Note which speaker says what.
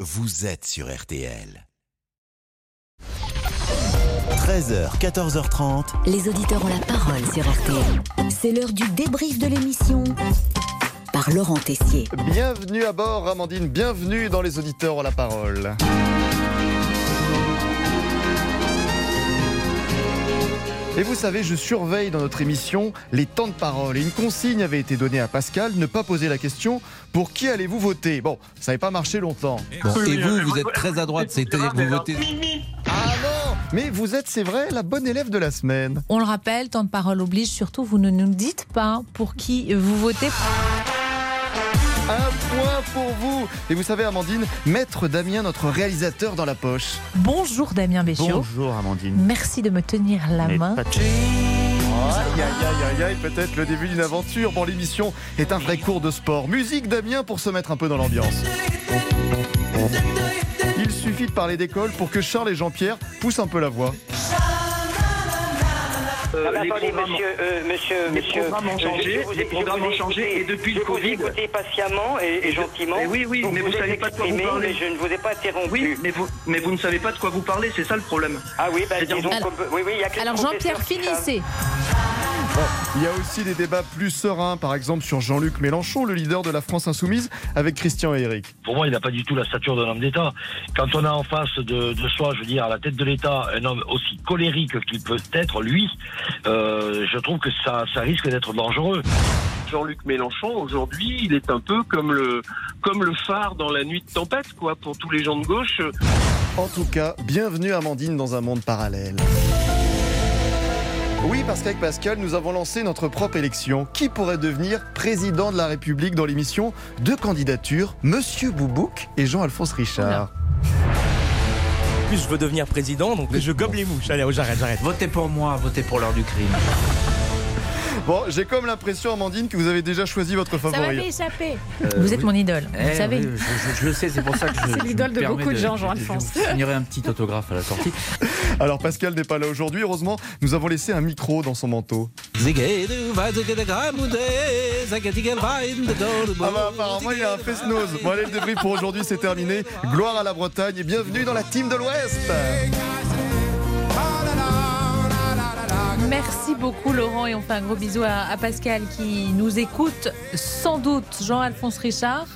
Speaker 1: vous êtes sur RTL. 13h, 14h30.
Speaker 2: Les auditeurs ont la parole sur RTL. C'est l'heure du débrief de l'émission par Laurent Tessier.
Speaker 3: Bienvenue à bord, Amandine. Bienvenue dans Les auditeurs ont la parole. Et vous savez, je surveille dans notre émission les temps de parole. Et une consigne avait été donnée à Pascal, ne pas poser la question pour qui allez-vous voter Bon, ça n'avait pas marché longtemps.
Speaker 4: Bon, et vous, vous êtes très à droite, c'est-à-dire que vous votez.
Speaker 3: Ah non Mais vous êtes, c'est vrai, la bonne élève de la semaine.
Speaker 5: On le rappelle, temps de parole oblige, surtout vous ne nous dites pas pour qui vous votez.
Speaker 3: Un point pour vous Et vous savez, Amandine, mettre Damien, notre réalisateur, dans la poche.
Speaker 5: Bonjour Damien Béchiot.
Speaker 6: Bonjour Amandine.
Speaker 5: Merci de me tenir la
Speaker 6: Mais
Speaker 5: main.
Speaker 6: pas de-
Speaker 3: Aïe, aïe, aïe, aïe, aïe, peut-être le début d'une aventure. Bon, l'émission est un vrai cours de sport. Musique, Damien, pour se mettre un peu dans l'ambiance. Il suffit de parler d'école pour que Charles et Jean-Pierre poussent un peu la voix.
Speaker 7: Euh,
Speaker 8: Ah,
Speaker 7: les
Speaker 8: attendez,
Speaker 7: programmes-
Speaker 8: monsieur, euh, monsieur,
Speaker 7: les
Speaker 8: monsieur,
Speaker 7: programmes ont
Speaker 8: euh, je
Speaker 7: changé,
Speaker 8: vous ai-
Speaker 7: les
Speaker 8: je
Speaker 7: programmes
Speaker 8: vous ai
Speaker 7: ont changé,
Speaker 8: écouté-
Speaker 7: et depuis
Speaker 8: je
Speaker 7: le
Speaker 8: vous ai
Speaker 7: Covid.
Speaker 8: écouté patiemment et, et gentiment.
Speaker 7: Eh oui, oui,
Speaker 8: pour
Speaker 7: mais vous
Speaker 8: êtes
Speaker 7: savez pas de quoi vous
Speaker 8: exprimé,
Speaker 7: parlez.
Speaker 8: Mais je ne vous ai pas interrompu.
Speaker 7: Oui, mais vous, mais vous ne savez pas de quoi vous parlez, c'est ça le problème.
Speaker 8: Ah oui, bah,
Speaker 7: C'est-à-dire-
Speaker 8: disons qu'on
Speaker 5: Alors-
Speaker 8: peut- oui, oui, il y a que le
Speaker 5: Alors Jean-Pierre,
Speaker 8: professeur qui
Speaker 5: finissez.
Speaker 3: Il y a aussi des débats plus sereins, par exemple sur Jean-Luc Mélenchon, le leader de la France insoumise, avec Christian et Eric.
Speaker 9: Pour moi, il n'a pas du tout la stature d'un homme d'État. Quand on a en face de, de soi, je veux dire, à la tête de l'État, un homme aussi colérique qu'il peut être, lui, euh, je trouve que ça, ça risque d'être dangereux.
Speaker 10: Jean-Luc Mélenchon, aujourd'hui, il est un peu comme le, comme le phare dans la nuit de tempête, quoi, pour tous les gens de gauche.
Speaker 3: En tout cas, bienvenue Amandine dans un monde parallèle. Oui, parce qu'avec Pascal, nous avons lancé notre propre élection. Qui pourrait devenir président de la République dans l'émission Deux candidatures, Monsieur Boubouk et Jean-Alphonse Richard.
Speaker 11: plus je veux devenir président, donc je gobe les mouches. Allez, oh, j'arrête, j'arrête.
Speaker 4: Votez pour moi, votez pour l'heure du crime.
Speaker 3: Bon, j'ai comme l'impression, Amandine, que vous avez déjà choisi votre
Speaker 5: Ça va
Speaker 3: favori.
Speaker 5: m'échapper.
Speaker 6: Euh,
Speaker 5: Vous êtes mon idole, vous
Speaker 4: Euh, Eh
Speaker 5: savez.
Speaker 4: oui, je, je- je le sais, c'est pour ça que je.
Speaker 5: C'est
Speaker 4: je
Speaker 5: l'idole
Speaker 4: me
Speaker 5: de
Speaker 4: permets
Speaker 5: beaucoup de gens, Jean-Alphonse.
Speaker 4: Je vous signerai un petit autographe à la sortie.
Speaker 3: Alors, Pascal n'est pas là aujourd'hui. Heureusement, nous avons laissé un micro dans son manteau. Ah bah, apparemment, il y a un fest-nose. Bon, allez, le débrief pour aujourd'hui, c'est terminé. Gloire à la Bretagne et bienvenue dans la team de l'Ouest.
Speaker 5: Merci beaucoup Laurent et on fait un gros bisou à, à Pascal qui nous écoute sans doute Jean-Alphonse Richard.